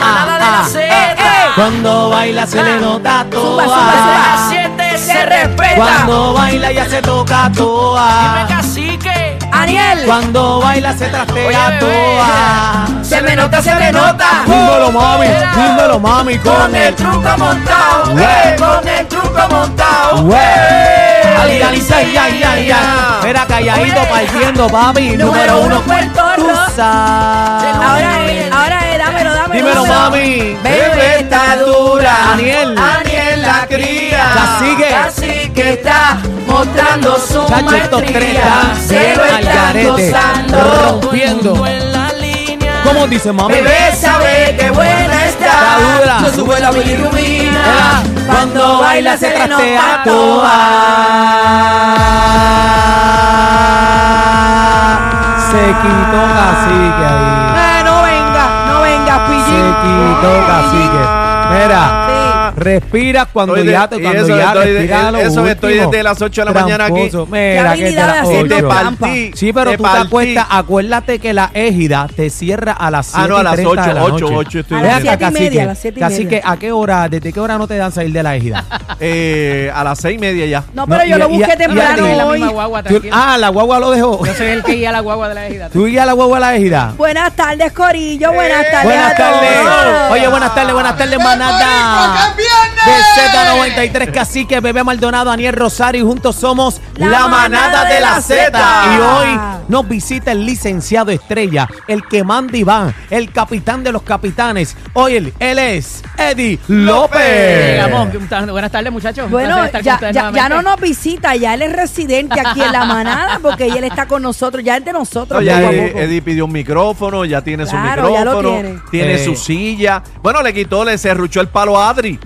ah, eh, Cuando baila se le nota Zumba, zumba, toa. zumba. siete se respeta. Cuando baila ya se toca Dime toa. cacique. Aniel, Cuando baila se Oye, trastea toa. se me nota, se me nota. Dímelo mami, Era. dímelo mami Con el truco montado. Wey. eh, Con el truco montado. Wey. eh. Ay, ay, ay, ay, ay, ay. Era calladito Oye. partiendo, papi. Número uno, Puerto tú Rico. sabes. Ahora es, ahora es, dámelo, dámelo. Dímelo, dámelo. mami. Bebé está dura. Aniel. Aniel la cría. La sigue. Casi que está mostrando su Chacho, maestría. estos tres están Se lo al están garete, gozando. rompiendo. Todo el mundo en la línea. ¿Cómo dice mami? Bebé sabe que buena está. Está dura. Se sube la bilirrubina. Era. Cuando baila se le nota trastea toda. Se quitó cacique ahí. Ah, no venga, no venga, Se pillín. quitó cacique. Mira, respira cuando Estoy de- ya te y cuando eso ya que estoy de- respira lo eso que estoy último. desde las 8 de la mañana aquí. Tramposo. Mira, que habilidad es de de las hacer Y te 8. trampa. partí. Sí, pero te tú partí. te acuestas, acuérdate que la égida te cierra a las 7 Ah, no, a las y 30 de la ocho, ocho, noche. ocho estoy Ven acá, diciendo. Siete y cacique. media, a las siete y Cacique, media. ¿a qué hora, desde qué hora no te dan salir de la égida? Eh, a las seis y media ya. No, pero No, yo y- lo y- busqué y- temprano y- en la hoy. misma guagua, Tú- tranquilo. ah, la guagua lo dejó. Yo soy el que guía la guagua de la ejida. ¿Tú y a la guagua a la égida? Buenas tardes, Corillo. Buenas tardes. Buenas a tardes. todos. Oye, buenas tardes, buenas tardes, manada. De Z93 Cacique, Bebé Maldonado, Aniel Rosario y juntos somos La manada de la Zeta. Zeta. Y hoy nos visita el licenciado Estrella, el que manda y va, el capitán de los capitanes. Hoy él, él es Eddie Eh, López. Ramón, un tan- buenas tardes, muchachos. Un placer Bueno, estar con ya, ustedes ya, ya nuevamente. no nos visita, ya él es residente aquí en la manada porque ya él está con nosotros, ya es de nosotros. No, ya poco a Eddie, poco. Eddie pidió un micrófono, ya tiene su Claro, ya lo micrófono, tiene. tiene Eh. su silla. Bueno, le quitó, le serruchó el palo a Adri.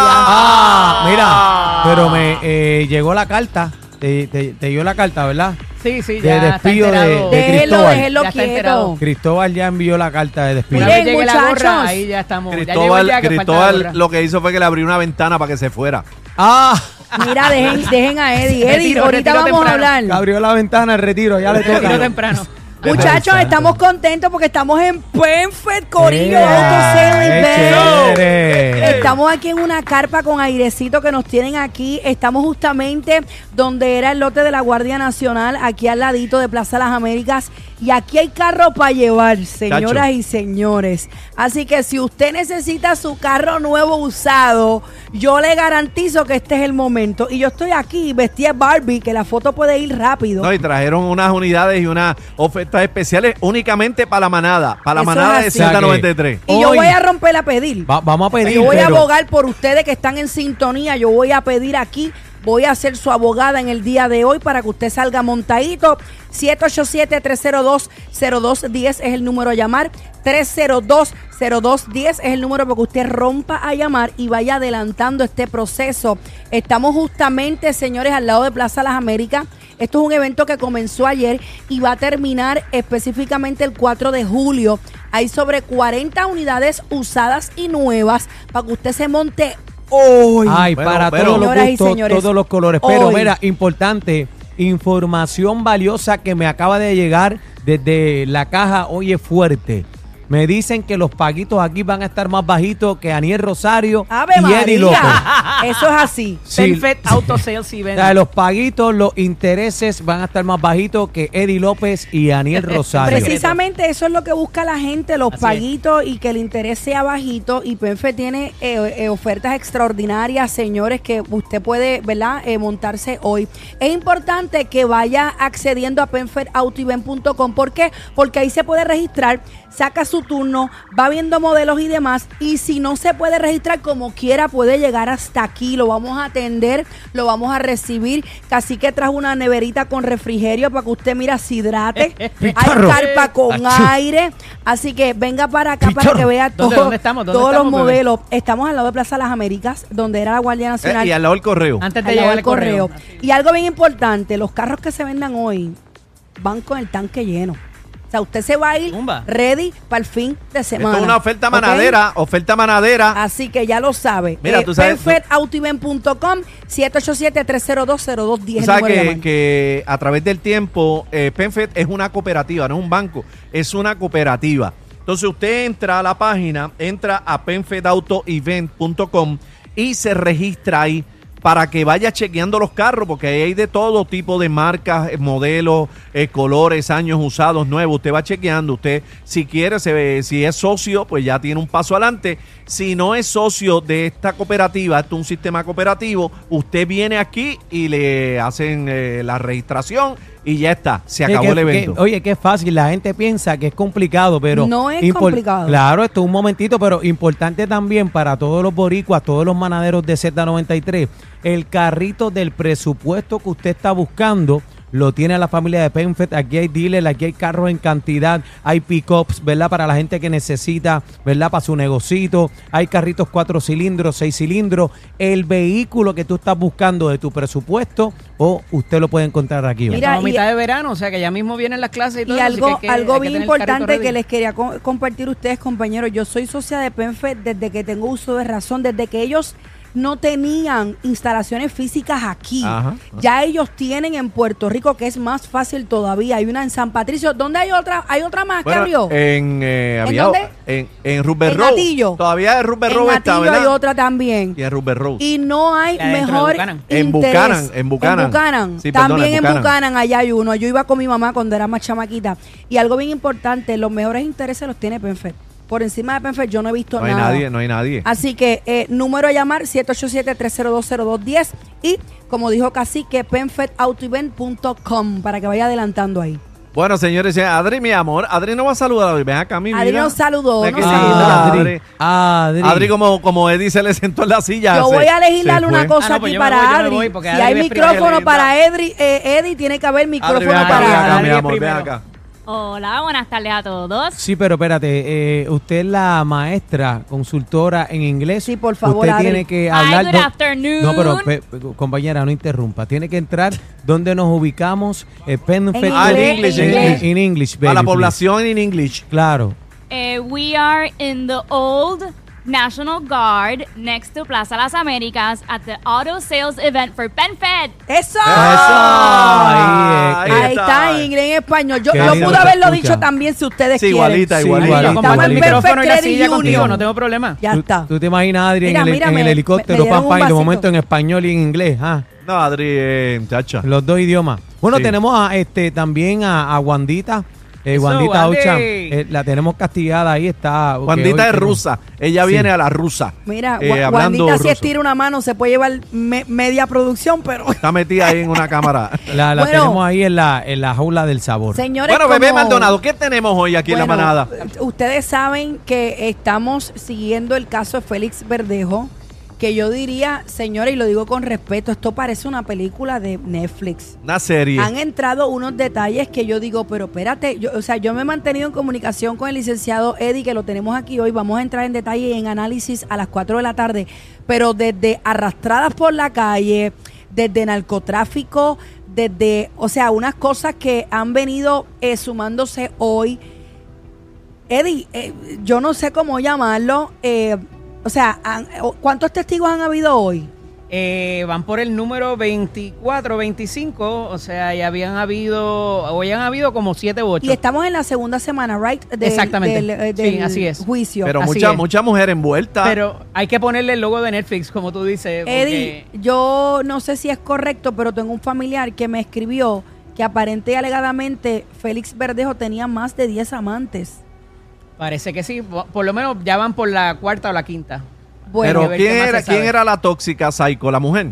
Ah, mira, pero me eh, llegó la carta. Te, te- te dio la carta, ¿verdad? Sí, sí, de ya. despido de- enterado. de Eh, Déjelo, Cristóbal. déjelo Ya está quieto. enterado. Cristóbal ya envió la carta de despido. Una vez Miren, llegue la gorra, muchachos. ahí ya estamos. Ya llegó el Cristóbal, día que falta la Cristóbal gorra. lo que hizo fue que le abrió una ventana para que se fuera. Ah, Mira, dejen, dejen a Eddie. Eddie, Retiro, ahorita retiro vamos temprano. a hablar. abrió la ventana, el retiro, ya le Retiro toca. temprano. Muchachos, estamos contentos porque estamos en Penfed, Corillo, Ea, Auto Sale qué Event. chévere. Estamos aquí en una carpa con airecito que nos tienen aquí. Estamos justamente donde era el lote de la Guardia Nacional, aquí al ladito de Plaza Las Américas. Y aquí hay carro para llevar, señoras Chacho. y señores. Así que si usted necesita su carro nuevo usado, yo le garantizo que este es el momento. Y yo estoy aquí vestida de Barbie, que la foto puede ir rápido. No, y trajeron unas unidades y unas ofertas especiales únicamente para la manada, para la Eso es manada de así. Cinta 93. y yo hoy- voy a romper a pedir. Va- vamos a pedir. Yo voy a pero- abogar por ustedes que están en sintonía. Yo voy a pedir aquí, voy a ser su abogada en el día de hoy para que usted salga montadito. 787-302-0210 es el número a llamar. 302-0210 es el número para que usted rompa a llamar y vaya adelantando este proceso. Estamos justamente, señores, al lado de Plaza Las Américas. Esto es un evento que comenzó ayer y va a terminar específicamente el 4 de julio. Hay sobre 40 unidades usadas y nuevas para que usted se monte hoy. Ay, Bueno, para pero- todos los Señoras y gustos, señores, todos los colores. Pero hoy. mira, importante, información valiosa que me acaba de llegar desde la caja Oye Fuerte. Me dicen que los paguitos aquí van a estar más bajitos que Aniel Rosario Ave y Eddie López. María. Eso es así. Sí, Benfet Auto Sales o Event. sea, los paguitos, los intereses van a estar más bajitos que Eddie López y Aniel Rosario. Precisa- Precisamente eso es lo que busca la gente, los Así es. paguitos y que el interés sea bajito. Y Penfe tiene eh, eh, ofertas extraordinarias, señores, que usted puede, ¿verdad?, Eh, montarse hoy. Es importante que vaya accediendo a penfetautoevent.com. ¿Por qué? Porque ahí se puede registrar, saca su turno, va viendo modelos y demás. Y si no se puede registrar como quiera, puede llegar hasta aquí. Lo vamos a atender, lo vamos a recibir. Casi que trajo una neverita con refrigerio para que usted, mira, se hidrate. Este, Hay Pitarro. carpa con Achú. aire. Así que venga para acá Pichorro. para que vea ¿Dónde- todo- dónde estamos? ¿Dónde todos los estamos, bebé? modelos. Estamos al lado de Plaza Las Américas, donde era la Guardia Eh, Nacional. y al lado del correo. Antes de al lado llegar del el correo. Y algo bien importante, los carros que se vendan hoy van con el tanque lleno. O sea, usted se va a ir Zumba. ready para el fin de Esto semana. es una oferta ¿Ok? manadera, oferta manadera. Así que ya lo sabe. Eh, Mira, tú sabes- Perfectautoiven.com 787-302-0210. Tú el sabes número de que, Manny. que a través del tiempo, eh, PenFed es una cooperativa, no es un banco, es una cooperativa. Entonces usted entra a la página, entra a penfedautoevent.com y se registra ahí para que vaya chequeando los carros, porque ahí hay de todo tipo de marcas, eh, modelos, eh, colores, años usados, nuevos. Usted va chequeando, usted si quiere, se ve- si es socio, pues ya tiene un paso adelante. Si no es socio de esta cooperativa, esto es un sistema cooperativo, usted viene aquí y le hacen eh, la registración y ya está, se Sí, acabó que- el evento. que- oye, qué fácil. La gente piensa que es complicado, pero. No es impor- complicado. Claro, esto es un momentito, pero importante también para todos los boricuas, todos los manaderos de Z93. El carrito del presupuesto que usted está buscando. Lo tiene la familia de Penfed, aquí hay dealers, aquí hay carros en cantidad, hay pickups, ¿verdad? Para la gente que necesita, ¿verdad? Para su negocito, hay carritos cuatro cilindros, seis cilindros, el vehículo que tú estás buscando de tu presupuesto o usted lo puede encontrar aquí. ¿verdad? Mira, Estamos a y- mitad de verano, o sea que ya mismo vienen las clases y todo. Y así que algo, hay que- algo hay que bien tener el carrito importante ready. que les quería co- compartir a ustedes, compañeros. Yo soy socia de PENFED desde que tengo uso de razón, desde que ellos no tenían instalaciones físicas aquí. Ajá. Ya ellos tienen en Puerto Rico, que es más fácil todavía. Hay una en San Patricio. ¿Dónde hay otra? ¿Hay otra más que Bueno, abrió? en, eh, había- dónde? en, en Rubber En Road. Atillo. Todavía en Rubber en Road está, Atillo ¿verdad? hay otra también. Y en Rubber Road. Y no hay La de dentro de mejor Buchanan. En interés. Buchanan, en Buchanan. Sí, perdona, También en en Buchanan. Buchanan allá hay uno. Yo iba con mi mamá cuando era más chamaquita. Y algo bien importante, los mejores intereses los tiene Penfed. Por encima de Penfed yo no he visto no hay nada. nadie, no hay nadie. Así que eh, número a llamar 787-3020210 y como dijo Cacique, penfedautoevent.com para que vaya adelantando ahí. Bueno, señores, eh, Adri, mi amor, Adri no va a saludar hoy. Ven acá, mi vida. Adri nos saludó, Mira nos qué saludó. linda, Ah, Adri. Adri. Adri. Adri, como, como Eddie se le sentó en la silla. Yo se- voy a legislar se una fue. cosa Ah, no, pues aquí yo me voy, yo para me Adri. voy, porque si Adri hay es primero, micrófono linda. para Edri, eh, Eddie, tiene que haber Adri, micrófono ven acá, ven para acá, Adri. mi amor, ven primero. acá. Hola, buenas tardes a todos. Sí, pero espérate, eh, usted es la maestra consultora en inglés. Sí, por favor, Usted Adri. tiene que Hi, hablar. good do- afternoon. No, pero pe- pe- compañera, no interrumpa. Tiene que entrar donde nos ubicamos. eh, Penfed- En Ah, en inglés, en In- inglés. in English, A la baby, población en English. please. Claro. Eh, we are in the old National Guard next to Plaza Las Américas at the auto sales event for PenFed. ¡Eso! Eso, ahí es que- Ahí está, inglés en español. Yo, Qué yo lindo pude se haberlo escucha. dicho también si ustedes Sí, quieren. igualita, Sí, igualita. igualita, Estamos en igualita. micrófono y la Perfect silla contigo, Union. no tengo problema. Ya está. ¿Tú, tú te imanas, Adri, Mira, en, el, mira, en me- el me- me helicóptero, dieron un papá, y de vasito. momento en español y en inglés. Ah. No, Adri, eh, chacha. Los dos idiomas. Bueno, Sí. tenemos a este también a, a Wandita. eh, Eso, Wandita Wandy. Ochan. eh, la tenemos castigada ahí. Está. que hoy Juandita es tenemos- rusa. Ella Sí. viene a la rusa. Mira, eh, Gua- hablando Guandita si ruso. estira una mano se puede llevar me- media producción, pero... Está metida ahí en una cámara. La, la Bueno. tenemos ahí en la, en la jaula del sabor. Señores, bueno, bebé como- Maldonado, ¿qué tenemos hoy aquí en la Bueno, manada? Ustedes saben que estamos siguiendo el caso de Félix Verdejo, que yo diría, señores, y lo digo con respeto, esto parece una película de Netflix. Una serie. Han entrado unos detalles que yo digo, pero espérate, yo, o sea, yo me he mantenido en comunicación con el licenciado Eddie, que lo tenemos aquí hoy, vamos a entrar en detalle y en análisis a las 4 de la tarde, pero desde arrastradas por la calle, desde narcotráfico, desde, o sea, unas cosas que han venido eh, sumándose hoy. Eddie, eh, yo no sé cómo llamarlo, eh, o sea, han- ¿cuántos testigos han habido hoy? Eh, van por el número 24, 25, o sea, ya habían habido, hoy han habido como 7 u 8. Y estamos en la segunda semana, ¿right? Del- Exactamente. Del, eh, Sí, del así es. Juicio. Pero Así mucha, es. mucha mujer envuelta. Pero hay que ponerle el logo de Netflix, como tú dices. porque- Eddie, yo no sé si es correcto, pero tengo un familiar que me escribió que aparente y alegadamente Félix Verdejo tenía más de 10 amantes. Parece que sí, po- por lo menos ya van por la cuarta o la quinta. Bueno, Hay Pero que ver ¿quién qué más se era, sabe. ¿quién era la tóxica psycho? La mujer.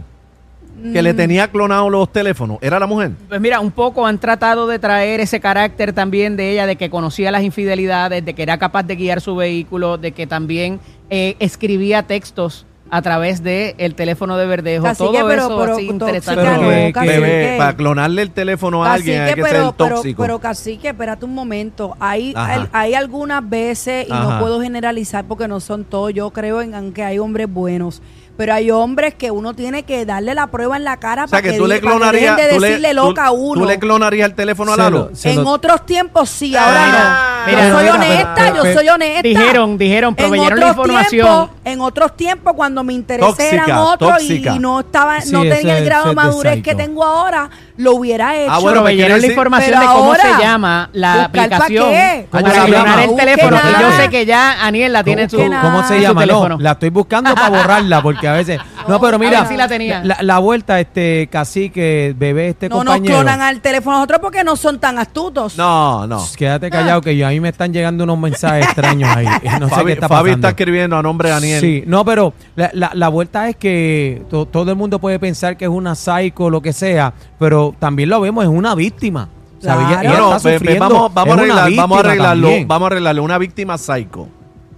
Que Mm. le tenía clonado los teléfonos. ¿Era la mujer? Pues mira, un poco han tratado de traer ese carácter también de ella, de que conocía las infidelidades, de que era capaz de guiar su vehículo, de que también eh, escribía textos a través del el teléfono de Verdejo. Cacique, Todo pero- eso pero así interesante. Pero tóxica, no, que- cacique. Bebé, para clonarle el teléfono a alguien hay Cacique, que ser pero, pero, tóxico. pero cacique, espérate un momento. Hay, Ajá. hay, hay algunas veces, y Ajá. no puedo generalizar porque no son todos, yo creo en, en que hay hombres buenos, Pero hay hombres que uno tiene que darle la prueba en la cara O sea, que para, que tú di- para le que dejen clonarías. de tú le- decirle tú- loca a uno. Tú le clonarías el teléfono a Se Lalo. lo- se en lo- otros tiempos sí, ahora Ah, no. mira, yo soy mira, honesta, pero- yo pero- soy honesta. Dijeron, dijeron, En proveyeron la otros información. tiempos- en otros tiempos, cuando me interesé eran Tóxica, otros y, tóxica. y no estaba, Sí, no ese- tenía el grado ese de es de madurez que psycho. tengo ahora, lo hubiera hecho. Ah, bueno, me quiere proveyeron la decir- información Pero de cómo ahora, se llama la ¿buscar pa' aplicación qué? para ¿Cómo se clonar llama? el Busque teléfono. que yo nada. sé que ya Aniel la tiene en su, ¿Cómo, cómo en se su llama? No, teléfono. la estoy buscando para borrarla porque a veces. No, pero a mira. ver si la tenía. La, la vuelta, este cacique, bebé, este no nos compañero. clonan al teléfono a nosotros porque no son tan astutos. No, no. Shh, Quédate callado que yo, a mí me están llegando unos mensajes extraños ahí. No sé Fabi, qué está Fabi pasando. está escribiendo a nombre de Daniel. Sí, no, pero la, la- la vuelta es que to- todo el mundo puede pensar que es una psycho o lo que sea, pero también lo vemos, es una víctima. ¿sabes? Ella- ella Bueno, está pues, pues, sufriendo, vamos, vamos es una a arreglar- vamos a víctima arreglarlo. también. Vamos a arreglarlo. Una víctima psycho.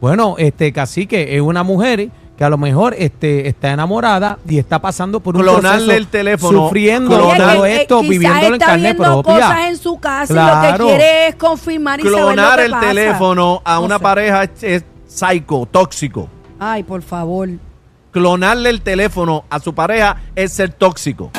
Bueno, este cacique es una mujer que a lo mejor este, está enamorada y está pasando por un Clonarle proceso el teléfono, sufriendo Oye, clonar- todo que- que esto, quizás viviéndolo en está carne viendo propia. cosas en su casa y lo que Claro. quiere es confirmar y Clonar saber lo que el pasa. teléfono a No una sé. pareja es, es psycho, tóxico. Ay, por favor. Clonarle el teléfono a su pareja es ser tóxico.